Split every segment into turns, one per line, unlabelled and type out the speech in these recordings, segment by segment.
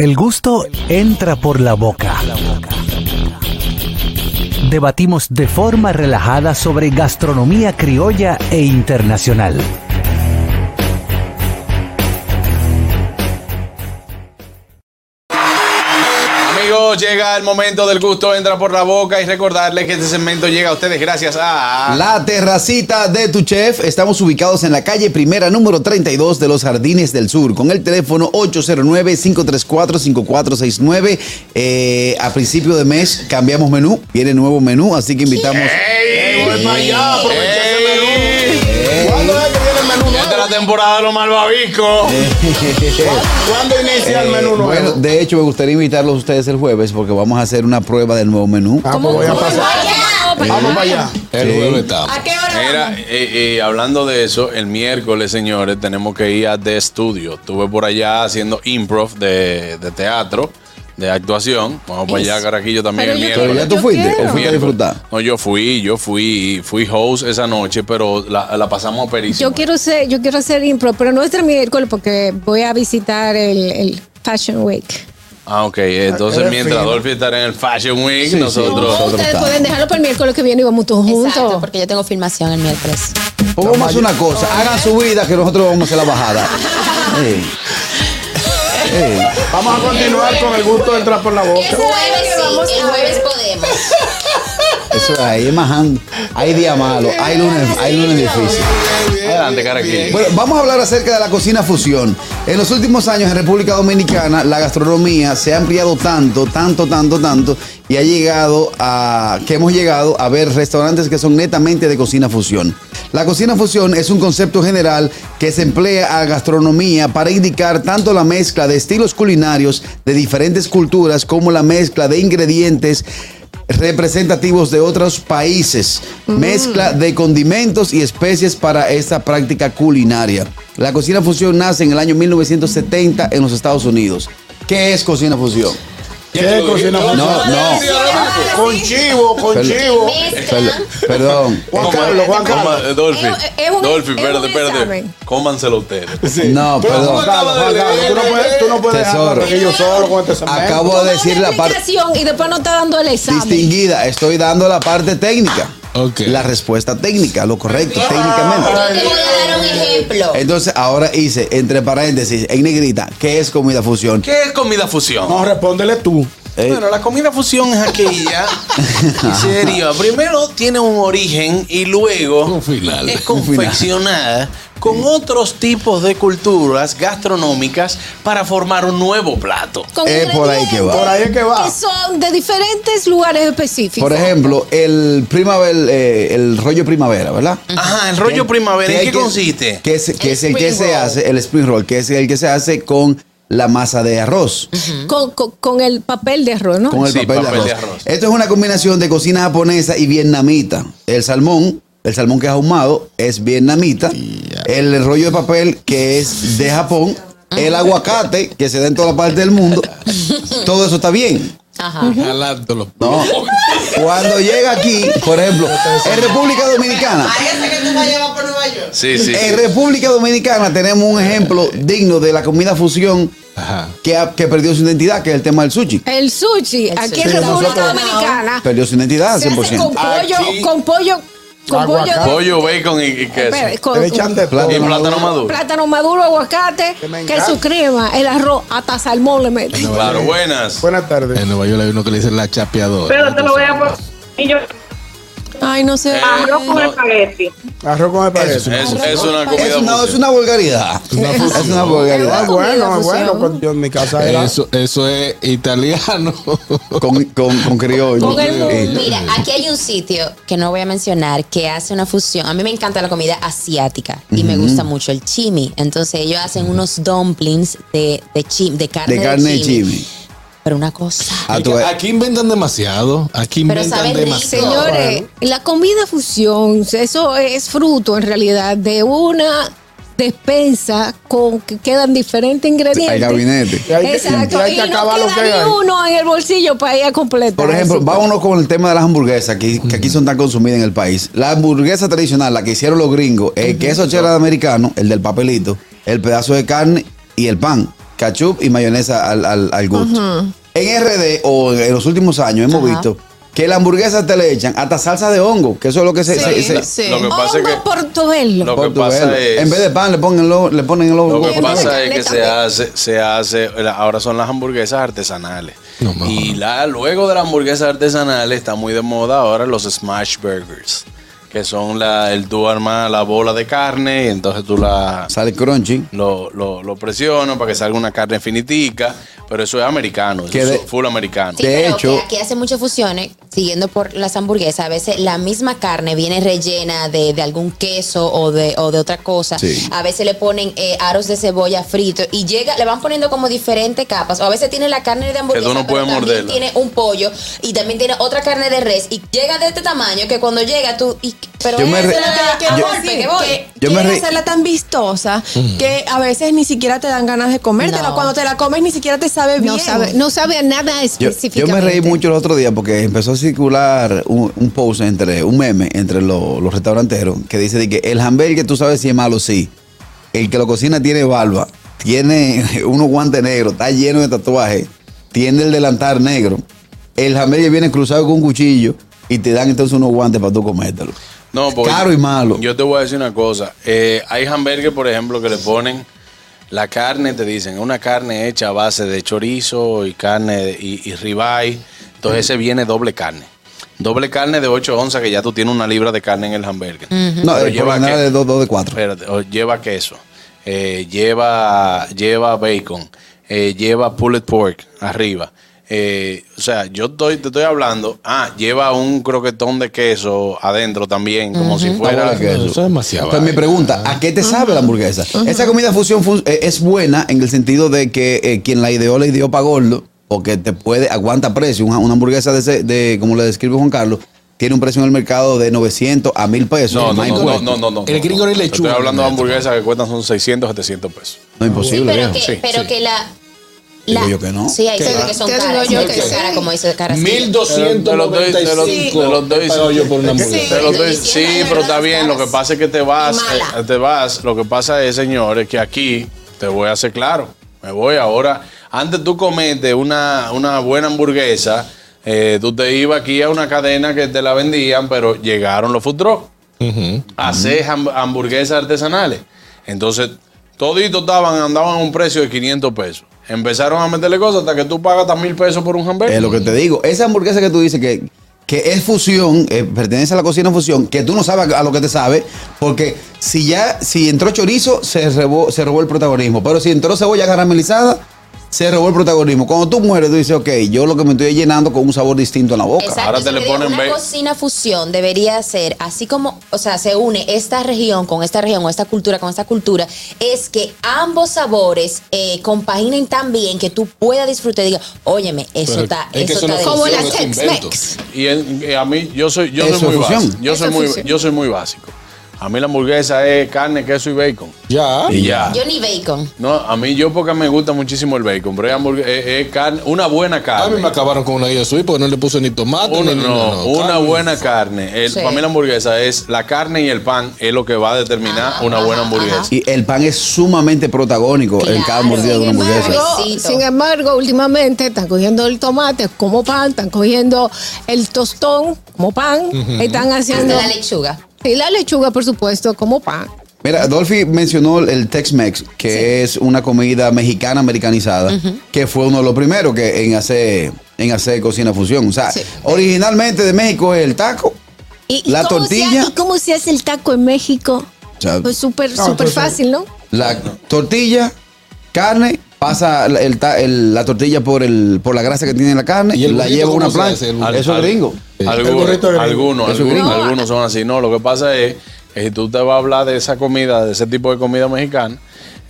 El gusto entra por la boca. Debatimos de forma relajada sobre gastronomía criolla e internacional.
Amigos, llega el momento del gusto, entra por la boca y recordarles que este segmento llega a ustedes gracias
Ah.
a...
La terracita de tu chef. Estamos ubicados en la calle primera número 32 de los Jardines del Sur con el teléfono 809-534-5469. Eh, a principio de mes cambiamos menú, viene nuevo menú, así que invitamos...
¡Ey!
voy pa' allá, aprovecha ese menú.
¡Ey!
¿Cuándo
Eh,
es que viene el menú
Esta es la
nuevo? Eh,
temporada de los malvaviscos.
¿Cuándo inicia el
Eh,
menú nuevo?
bueno, de hecho me gustaría invitarlos a ustedes el jueves porque vamos a hacer una prueba del nuevo menú.
Ah, pues voy a pasar. Vamos para allá.
Sí.
¿A qué hora
Mira,
vamos?
eh, eh, hablando de eso, el miércoles, señores, tenemos que ir a The Studio. Estuve por allá haciendo improv de, de teatro, de actuación. Vamos para allá,
Eso.
Carraquillo, también
Pero
el
yo
Pero
miércoles.
ya tú
Yo
fuiste, o
quiero.
fuiste a
Miércoles.
disfrutar.
No, yo fui, yo fui, fui host esa noche, pero la, la pasamos perísimo.
Yo quiero ser, yo quiero hacer impro, pero no este miércoles porque voy a visitar el, el Fashion Week.
Ah, ok. Entonces,
qué
mientras
fino.
Dolphy estará en el Fashion Week,
Sí, sí.
nosotros.
No.
Oh, ustedes
está.
pueden dejarlo para el miércoles que viene y vamos todos
Exacto,
juntos.
porque yo tengo filmación el miércoles.
Pongamos una cosa, hagan su vida que nosotros vamos a hacer la bajada. Eh. Ey. Ey.
Vamos a continuar con el gusto de entrar por la boca.
Jueves sí, el jueves podemos.
Eso es ahí, es maján. Hay día malo, hay lunes, hay lunes difícil.
Adelante, Carraquillo.
Bueno, vamos a hablar acerca de la cocina fusión. En los últimos años en República Dominicana la gastronomía se ha ampliado tanto, tanto, tanto, tanto y ha llegado a que hemos llegado a ver restaurantes que son netamente de cocina fusión. La cocina fusión es un concepto general que se emplea a gastronomía para indicar tanto la mezcla de estilos culinarios de diferentes culturas como la mezcla de ingredientes representativos de otros países, mezcla de condimentos y especies para esta práctica culinaria. La cocina fusión nace en el año 1970 en los Estados Unidos. ¿Qué es cocina fusión?
¿Qué cocina
No,
funciona?
no.
Con chivo, con
Pero-
chivo.
Perdón, Perdón.
Juan Carlos, Juan Carlos.
Coma- Dolphy,
Es- eh, es un-
Dolphy,
es un
espérate, espérate.
examen.
Cómanselo ustedes.
Sí.
No,
Pero
perdón.
Juan Carlos, Juan Carlos, tú no puedes, tú no puedes dejar
Tesoro.
a yo solo con este segmento.
Acabo de
Toma
decir
una
la parte
explicación y después no está dando el examen.
distinguida, estoy dando la parte técnica.
Ok.
La respuesta técnica, lo
Ah.
correcto, técnicamente.
Te voy a dar un ejemplo.
Entonces, ahora hice, entre paréntesis, en negrita, ¿qué es comida fusión?
¿Qué es comida fusión? Eh.
No, respóndele tú.
Bueno, la comida fusión es aquella que se deriva. Primero tiene un origen y luego
Un final.
es confeccionada con otros tipos de culturas gastronómicas para formar un nuevo plato.
Con
Es por ahí que va.
Por ahí es que va.
Que son de diferentes lugares específicos.
Por ejemplo, el primavera, eh, el rollo primavera, ¿verdad?
Ajá, el rollo primavera, ¿en
hay
qué
que-
consiste?
Que es, que es el que
Spring
se
roll.
hace, el spring roll, que es el que se hace con la masa de arroz.
con, con- con el papel de arroz, ¿no?
Con el
Sí,
papel, de, arroz. Esto es una combinación de cocina japonesa y vietnamita. El salmón, el salmón que es ahumado, es vietnamita. El rollo de papel, que es de Japón. El aguacate, que se da en toda parte del mundo. Todo eso está bien.
Ajá.
Jalándolo.
No. Cuando llega aquí, por ejemplo, en República Dominicana.
Sí, sí.
En República Dominicana tenemos un ejemplo digno de la comida fusión
Ajá.
que, ha- que perdió su identidad, que es el tema del sushi.
El sushi,
El
aquí
sushi.
en República
Pero nosotros-
Dominicana,
Perdió su identidad
Ah. se hace con
100%.
pollo,
Aquí-
con pollo, con pollo, de-
Aguacate.
Pollo, bacon y, y
espera,
queso.
con-
Le echan de todo.
Y plátano
con
maduro.
plátano maduro, aguacate,
Que me
queso
encanta.
crema, el arroz, hasta salmón le meten.
Claro, buenas.
Buenas tardes.
En Nueva York hay uno que le dicen la chapeadora.
Pero te lo voy a poner. Y yo
Ay, no sé.
Ah,
arroz con espagueti.
Arroz con
Es
espagueti.
Es, es una comida
Es una, es
fusión.
una vulgaridad. Es una vulgaridad.
Ah, bueno, ah, bueno.
Comida
con- yo en mi casa era.
Eso, eso es italiano.
Con, con, con criollo.
Con el
Sí.
Mira, aquí hay un sitio que no voy a mencionar que hace una fusión. A mí me encanta la comida asiática y me gusta mucho el chimi. Entonces ellos hacen unos dumplings de, de, chim- de carne
De
de
carne de
chimi.
chimi.
Pero una cosa.
Ah, tú ves.
aquí inventan demasiado. Aquí
Pero
inventan
sabe rico.
demasiado.
Señores, la comida fusión, eso es fruto en realidad de una despensa con que quedan diferentes ingredientes.
Hay gabinete.
Y hay que-
Exacto,
y hay que
y no
acabar lo
queda
que
ni
hay.
uno en el bolsillo para ir a completar.
Por ejemplo,
eso.
vámonos con el tema de las hamburguesas, que, que aquí son tan consumidas en el país. La hamburguesa tradicional, la que hicieron los gringos, el queso cheddar americano, el del papelito, el pedazo de carne y el pan. ketchup y mayonesa al, al- al gusto. En RD o en los últimos años hemos
Ajá.
visto que la hamburguesa te le echan hasta salsa de hongo, que eso es lo que se...
Sí,
se- se-
sí.
Lo que pasa es
Hongo
que
portobello.
Lo que
por tu
pasa
velo.
es-
En vez de pan le ponen, lo- le ponen los
Lo
huevos
que
Bueno,
pasa
carne
es que se
también.
hace, se hace, la- ahora son las hamburguesas artesanales.
No, mejor
y la, luego de las hamburguesas artesanales está muy de moda ahora los smash burgers, que son la, el tú armas la bola de carne y entonces tú la
Sale crunchy.
lo, lo, lo presionas para que salga una carne finitica, pero eso es americano, eso
Que de-
es full americano.
Sí,
De
pero
hecho-
que aquí hacen muchas fusiones, siguiendo por las hamburguesas. A veces la misma carne viene rellena de, de algún queso o de, o de otra cosa.
Sí.
A veces le ponen eh, aros de cebolla frito y llega, le van poniendo como diferentes capas. O a veces tiene la carne de hamburguesa,
Que tú no
pero
puedes
también
morderla.
tiene un pollo y también tiene otra carne de res y llega de este tamaño que cuando llega tú, y- pero
Yo me
esa
re-
es la-
que
a
yo,
golpe que voy.
que
Yo me
quieren
re-
hacerla tan vistosa que a veces ni siquiera te dan ganas de comértela.
No.
Cuando te la comes ni siquiera te sabe bien.
No sabe, no sabe a nada
Yo,
específicamente.
yo me reí mucho el otro día porque empezó a circular un, un post entre, un meme entre lo- los restauranteros que dice de que el hamburger tú sabes si es malo o sí. El que lo cocina tiene barba, tiene unos guantes negros, está lleno de tatuajes, tiene el delantal negro. El hamburger viene cruzado con un cuchillo y te dan entonces unos guantes para tú comértelo.
No, porque
Caro y malo.
Yo te voy a decir una cosa. Eh, hay hamburgues, por ejemplo, que le ponen la carne, te dicen, una carne hecha a base de chorizo y carne de- y, y ribeye. Entonces ese viene doble carne. Doble carne de 8 onzas, que ya tú tienes una libra de carne en el hamburger.
No, eh,
Pero
el
lleva
lleva
que-
de 2 de 4.
Espérate, o lleva queso, eh, lleva, lleva bacon, eh, lleva pulled pork arriba. Eh, o sea, yo estoy, te estoy hablando, ah, lleva un croquetón de queso adentro también, como si fuera...
Ahora que
eso es demasiado
Entonces, Pues mi
vaina.
pregunta, ¿a qué te sabe la hamburguesa? Esa comida fusión fun- eh, es buena en el sentido de que eh, quien la ideó, la ideó para gordo, porque te puede, aguanta precio. Una, una hamburguesa de, ese- de, como la describe Juan Carlos, tiene un precio en el mercado de 900 a 1000 pesos.
No, no,
más
no, no,
impuestos.
no, no, no.
El gringo ni
Te
lechuga.
Estoy hablando de hamburguesas que cuestan son 600, 700 pesos.
No, imposible.
Sí, pero
viejo.
que,
Sí,
pero
sí.
que la...
Digo
la-
yo que no.
Sí, hay
Que
cosas
no.
que son
Te digo
caras.
yo
son
que
caras,
sí.
como dice Carrasquillo.
1295
Te lo doy, te lo doy,
he pagado yo por una
Sí.
hamburguesa.
Te lo estoy-
Estoy diciendo,
sí,
hay
pero
verdades
está bien. Lo
claras.
que pasa es que te vas,
Y mala.
eh, te vas. Lo que pasa es, señores, que aquí te voy a hacer claro. Me voy ahora. Antes tú comete una, una buena hamburguesa. eh, tú te ibas aquí a una cadena que te la vendían, pero llegaron los food trucks
Ujú.
a hacer ham- hamburguesas artesanales. Entonces, toditos estaban, andaban a un precio de 500 pesos. Empezaron a meterle cosas hasta que tú pagas hasta mil pesos por un hamburger.
Es lo que te digo. Esa hamburguesa que tú dices que, que es fusión, eh, pertenece a la cocina fusión, que tú no sabes a lo que te sabe, porque si ya, si entró chorizo, se robó, se robó el protagonismo. Pero si entró cebolla caramelizada, se robó el protagonismo. Cuando tú mueres, tú dices, ok, yo lo que me estoy llenando con un sabor distinto en la boca.
Exacto,
Oh, Ahora
eso
te le
que digo,
ponen
una
ve-
cocina fusión debería ser así como, o sea, se une esta región con esta región o esta cultura con esta cultura, es que ambos sabores eh, compaginen tan bien que tú puedas disfrutar y digas, óyeme, eso
Pero
está,
es que
eso está
eso no
de
funciona,
Como la
es un invento.
Tex-Mex.
Y en- y a mí, yo soy, yo
Eso
soy muy
es fusión.
básico. Yo soy
Eso es
muy,
fusión.
yo soy muy básico. A mí la hamburguesa es carne, queso y bacon.
Ya.
Y ya.
Yo ni bacon.
No, a mí yo porque me gusta muchísimo el bacon, pero es, hamburgue- es- es carne, una buena
A mí
carne.
me acabaron con una guía subí porque no le puse ni tomate
Una,
ni
no, una
carne.
buena carne. El-
Sí.
Para mí la hamburguesa es la carne y el pan es lo que va a determinar
Ajá,
una buena
ajá,
hamburguesa.
ajá.
Y el pan es sumamente protagónico en cada
Claro.
mordida de
Sin
una hamburguesa.
embargo,
Besito.
sin embargo, últimamente están cogiendo el tomate como pan, están cogiendo el tostón como pan, están haciendo
Hasta la lechuga.
y la lechuga, por supuesto, como pan.
Mira, Dolphy mencionó el Tex-Mex, que es una comida mexicana americanizada, que fue uno de los primeros que en hacer en hacer cocina fusión. O sea,
Sí.
originalmente de México es el taco.
¿Y, y
La
cómo se
tortilla.
ha- ¿Y cómo se hace el taco en México?
O sea,
Pues súper,
No,
súper
Ah, entonces-
fácil, ¿no?
la tortilla, carne, pasa la- el ta- el- la tortilla por el por la grasa que tiene la carne,
¿Y el
la
burrito
lleva a una
cómo se
plancha.
hace? El
Al-
burrito.
Eso
al-
es gringo.
El
Algunos,
burrito gringo.
algunos,
Eso es
algunos,
gringo.
algunos son así. No, lo que pasa es que si tú te vas a hablar de esa comida, de ese tipo de comida mexicana,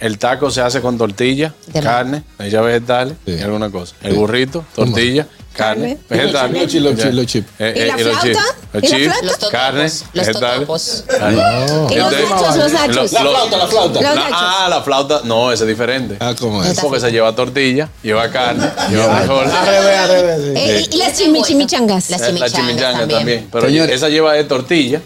el taco se hace con tortilla,
De nada.
carne, hechas vegetales
Sí.
y alguna cosa. El
Sí.
burrito, tortilla, carne,
Carne.
vegetales.
Los chips, los
Ya.
chips, los chips.
Eh,
¿Y
eh,
la
y los
flauta?
chips. Los
¿Y la
chips,
flauta?
Los totopos,
carne,
los
vegetales.
totopos.
Ay.
Y los
Entonces-
nachos, los nachos.
La flauta, la flauta.
La-
Los nachos.
ah, la flauta. No, esa es diferente.
Ah, ¿cómo es?
Porque se lleva tortilla, lleva carne, lleva frijol.
Al revés, al revés. sí.
Eh,
Eh, y- y las chimi- chimichangas.
Eh,
Las
La
chimichangas
chimichanga también.
también.
Pero
Señores.
esa lleva de tortilla,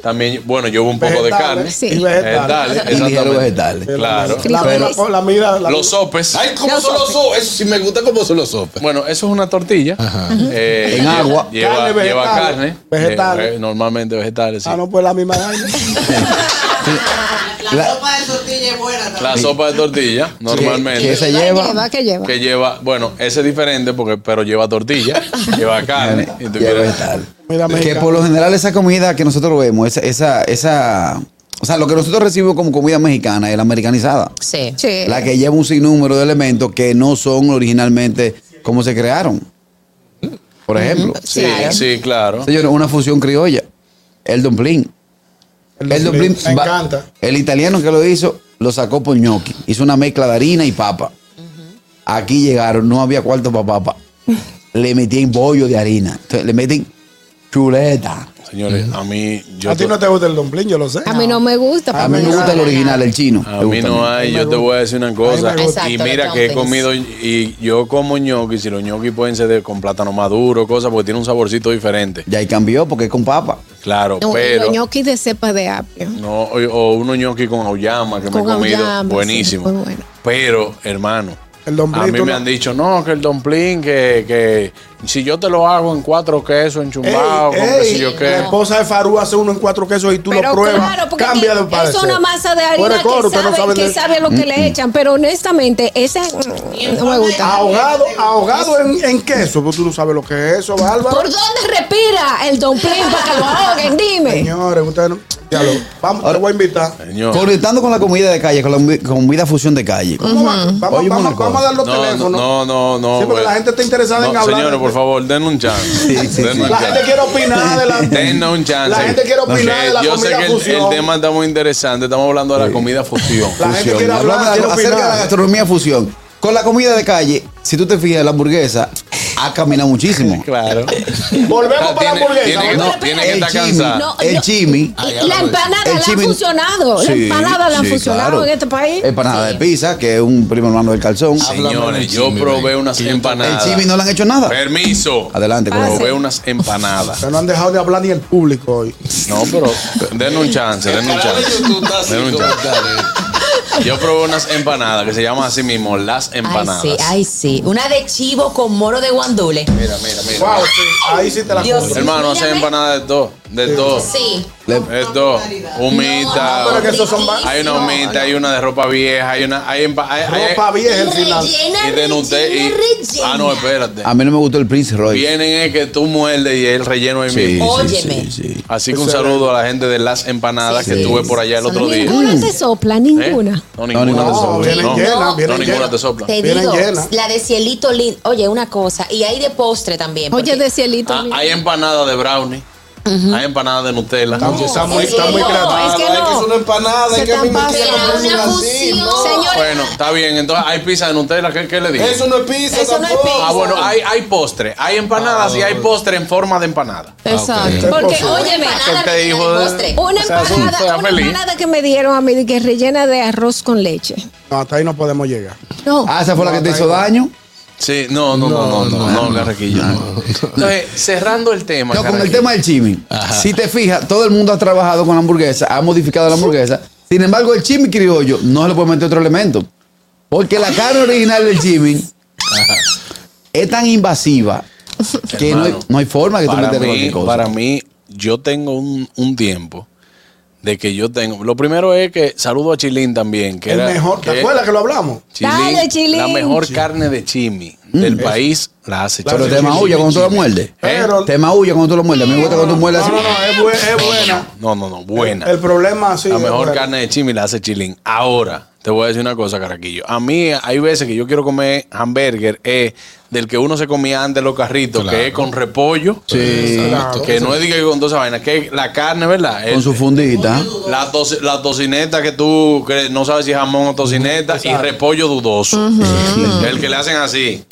También, bueno, yo hubo un poco de carne.
Sí.
Y vegetales.
Vegetales,
Y ligero
exactamente.
vegetales.
Claro.
La,
Pero-
la- la mira, la-
Los sopes.
Ay, ¿cómo son los sopes? Eso sí me gusta cómo son los sopes.
Bueno, eso es una tortilla. Eh,
En
lleva-
agua.
Lleva
Carne,
carne. Lleva
vegetales.
carne
Vegetales.
Eh, eh, normalmente vegetales. sí.
Ah, no, pues la misma vaina.
La-
La sopa de tortilla, normalmente.
Que se
¿Qué
lleva.
lleva? ¿Qué lleva?
que lleva, bueno, ese es diferente porque, pero lleva tortilla, lleva carne. y tú
lleva
quieres-
vegetal.
Mira,
Que
mexicano.
por lo general esa comida que nosotros vemos, esa, esa, esa- o sea, lo que nosotros recibimos como comida mexicana es la americanizada.
Sí.
Eh.
Sí.
La que lleva un sinnúmero de elementos que no son originalmente como se crearon. Por ejemplo.
sí,
Claro.
sí, claro.
Señores, una fusión criolla. El dumpling. El dumpling.
Me
va-
encanta.
El italiano que lo hizo, lo sacó por ñoqui. Hizo una mezcla de harina y papa. Aquí llegaron, no había cuarto para papa. le metían bollo de harina. Entonces, le meten chuleta.
Señores, a mí, yo
a ti no te gusta el dumpling, yo lo sé.
A mí no me gusta.
A
porque
mí me
no
gusta el
sabe
original,
nada.
el chino.
A
Me
mí
gusta
no hay, yo te voy a decir una cosa.
me
gusta.
y
Exacto,
mira
los
que he
dumplings.
comido, y yo como ñoquis, y los ñoquis pueden ser de- con plátano maduro, cosas, porque tiene un saborcito diferente.
Ya ahí cambió porque es con papa.
Claro,
No, y
pero.
Los ñoquis de cepa de apio.
No, o, o unos ñoquis con auyama que
Con
me he comido.
auyama,
Buenísimo.
sí, muy bueno.
Pero, hermano,
El dumpling,
a mí
tú
me
no-
han dicho, no, que el dumpling, que, que si yo te lo hago en cuatro quesos, enchumbado,
Ey,
con
ey,
que si yo qué.
La esposa de Farú hace uno en cuatro quesos y tú
Pero
lo pruebas.
claro, porque
cambia
que-
de parecer.
es una masa de
Fuera
harina
coro,
que,
ustedes
sabe,
saben
que
de-
sabe lo que le echan, pero honestamente, ese mm, no me gusta.
Ahogado, ahogado en, en queso. Pues tú no sabes lo que es eso, Bárbara.
¿Por dónde respira el dumpling para que lo ahoguen? Dime.
Señores, ustedes no. Ya lo. Vamos, te voy a invitar.
Señor.
Conectando con la comida de calle, con la comi- comida fusión de calle.
¿Cómo va? Vamos,
Oye,
vamos,
una cosa.
vamos a dar los
No, no,
teléfonos.
no, no, no.
Sí, porque
pues.
la gente está interesada en
No,
hablar. este-
Señores, por favor, denle un chance.
sí,
Denle
sí.
un
La
chance.
gente quiere opinar de la.
Dennos un chance.
La gente quiere opinar
Que
de la
Yo sé
comida
que el- el,
fusión.
tema está muy interesante. Estamos hablando de la comida fusión.
La gente
Fusión.
quiere hablar,
Hablamos de la-
quiere
acerca de
opinar.
la gastronomía fusión. Con la comida de calle, si tú te fijas, la hamburguesa ha caminado muchísimo.
Claro.
Volvemos para la
Ah, Tiene-
hamburguesa.
tiene que-
¿no?
no, tiene que
el
estar
chimi,
cansada.
No,
el
no.
chimi.
Ay,
la
háblame.
empanada
El
la han
chimin-
funcionado. la
Sí,
empanada la han
sí,
fusionado
claro.
en este país.
Empanada de pizza, que es un primo hermano del calzón.
Señores, yo
Jimmy,
probé
ven.
unas
Que yo
El
empanadas.
chimi no le han hecho nada.
Permiso.
Adelante,
Ah,
con
Probé
eso.
unas empanadas.
Se no han dejado de hablar ni el público hoy.
No, pero denle un chance, denle un chance. Denle un chance. Yo probé unas empanadas que se llaman así mismo, las
Ay,
empanadas.
sí, ay, sí. Una de chivo con moro de guandule.
Mira, mira, mira.
Wow, sí. Ahí sí te la
Dios
comes.
mío.
Hermano, hacen
Mírame.
empanadas de todo, de todo.
Sí.
Le-
Es dos. Humita.
No,
pero que esos son
riquísimo.
hay una humita, hay una de ropa vieja, hay una. Hay, empa- hay- hay-
Ropa vieja el final.
Rellena,
y de Nutella y-
rellena, rellena.
Ah, no, espérate.
A mí no me gustó el Prince Royce.
Vienen es que tú muerdes y el relleno ahí
pues. Sí, sí,
mismo.
Óyeme.
sí, sí.
Así que un saludo a la gente de las empanadas que estuve por allá el otro día.
Ninguna te sopla,
¿Eh?
ninguna.
No, ninguna
ninguna
te sopla.
te sopla.
vienen
No,
llenas,
no,
vienen
ninguna
llenas.
te sopla.
Te
Vienen
digo,
llenas.
la de cielito lindo. Oye, una cosa. Y hay de postre también.
Oye,
porque-
de cielito.
Ah,
mira.
hay empanadas de brownie, hay empanadas de Nutella.
Está muy,
es
está
que
muy
no,
creativa.
es que
Ay,
no.
es una empanada,
Se
es que a mí me
están
quieren
pasando.
poner
Una
así,
fusión.
no.
Señores,
Bueno, está bien. Entonces, hay pizza de Nutella. ¿Qué, qué le dije?
Eso no es pizza
Eso no es
tampoco.
pizza.
Ah, bueno, hay, hay postre. Hay empanadas y hay postre en forma de empanada.
Exacto.
pues,
Porque,
Eso.
óyeme,
Empanada
¿Qué te
rellena
dijo
de
de-
postre.
una
O sea, es un
empanada, una
feliz.
empanada que me dieron a mí de que rellena de arroz con leche.
No, hasta ahí no podemos llegar.
No.
Ah, esa fue la que te hizo daño.
Sí, no, no, no, no, no, no, Carraquillo, no. Entonces, cerrando el tema.
No, con el
Carraquillo.
tema del chimi. Si te fijas, todo el mundo ha trabajado con la hamburguesa, ha modificado la hamburguesa. Sin embargo, el chimi criollo no se le puede meter otro elemento. Porque la carne original del chimi es tan invasiva que no hay,
Hermano,
no hay forma que tú
para
metas
mí,
cualquier cosa.
para mí, yo tengo un, un tiempo de que yo tengo. Lo primero es que saludo a Chilín también. Que
El
era-
mejor. ¿Te
que ¿Eh?
acuerdas que lo hablamos?
Chilín,
Dale, Chilín.
La mejor carne de chimi del país la hace
Pero
Chilín.
te mahulla cuando tú la muerdes.
Pero-
Te mahulla cuando tú la muerdes. A mí me gusta cuando tú muerdes
No,
así.
no, no, es, bu- es buena.
No, no, no, buena.
El problema, sí.
la
es
mejor
buena.
carne de chimi la hace Chilín. Ahora, te voy a decir una cosa, Caraquillo. A mí hay veces que yo quiero comer hamburger eh, del que uno se comía antes los carritos, que es con repollo.
Exacto.
Que no es de que con toda esa vaina, que la carne, ¿verdad?
Con
El-
su fundita.
la, tos- la tocineta que tú que no sabes si es jamón o tocineta y repollo dudoso. El que le hacen así.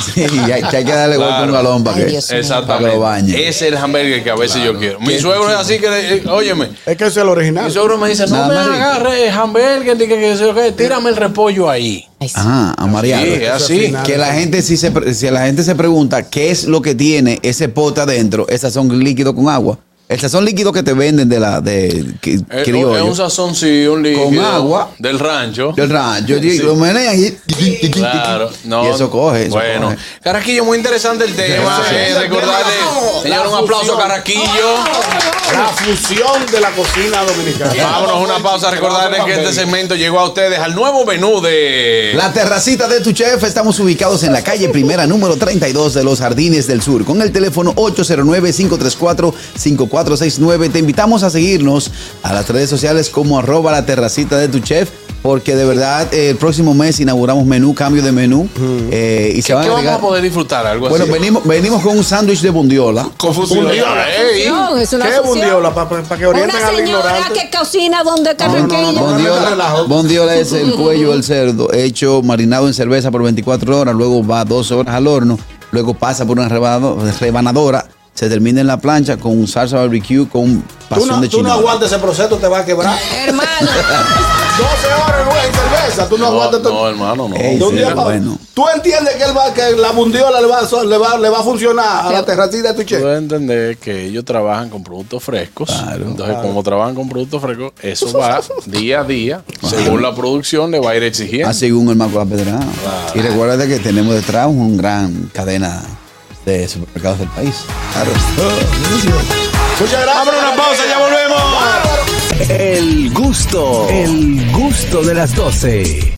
y hay, que hay que darle golpe a
Claro.
un galón para que,
Dios mío.
para que lo bañe.
Exactamente. Ese es el hamburger que a veces yo quiero. Mi suegro es así que, le- eh, óyeme,
Es que ese es el original.
mi suegro me dice, no
Nada
me
más rico.
agarre hamburger, ni que, que, sé yo qué, tírame el repollo ahí.
Ay, sí.
Ajá, amareado.
Sí, es así.
final.
Que la gente si se pre- si la gente se pregunta qué es lo que tiene ese pote adentro, esas son líquidos con agua. El sazón líquido que te venden de la de que-
Es, Eh, es
criollo.
un sazón, sí, un líquido.
agua.
Del rancho.
Del rancho.
Sí.
y Lo menean y,
Claro, no.
y eso coge. eso
bueno,
coge.
Carraquillo, muy interesante el tema.
Eso sí.
eh, recordarle,
Bravo.
señor, un
La
aplauso,
fusión.
Carraquillo.
La fusión de la cocina dominicana.
Vámonos a una pausa. Recordarle que este segmento llegó a ustedes al nuevo menú de.
La terracita de tu chef, estamos ubicados en la calle primera número 32 de los Jardines del Sur, con el teléfono 809-534-5469. Te invitamos a seguirnos a las redes sociales como arroba la terracita de tu chef, porque de verdad eh, el próximo mes inauguramos menú, cambio de menú, eh, y se van
¿Qué
a
vamos a
agregar...
poder disfrutar? Algo
Bueno,
así.
venimos, venimos con un sándwich de bondiola.
Confusión. Ey.
Fusión, es una
¿Qué
fusión.
bundiola? Para que orienten
Una
al
señora
ignorante.
que cocina donde Carraquillo.
no, no, no.
Bondiola,
relajo.
bondiola es el cuello del cerdo, hecho marinado en cerveza por 24 horas, luego va 12 horas al horno, luego pasa por una rebado- rebanadora, se termina en la plancha con un salsa barbecue con
Tú
pasión
no,
de
tú no
chino.
aguantas ese proceso, te va a quebrar.
Hermano,
12 horas güey, en cerveza, tú no,
No,
aguantas.
no, hermano, no.
Ey,
De un
sí,
día para
bueno.
otro. Tú entiendes que, él va, que la bundiola le va, a so- le, va, le va a funcionar a la terracita de tu
Tú
chef.
debes entender que ellos trabajan con productos frescos. Entonces, como trabajan con productos frescos, eso va día a día. Según la producción, le va a ir exigiendo.
Así un el Marco La Pedrada. Y recuerda que tenemos detrás un gran cadena de supermercados del país.
Muchas gracias. Abre una pausa, ya volvemos.
El gusto, el gusto de las 12.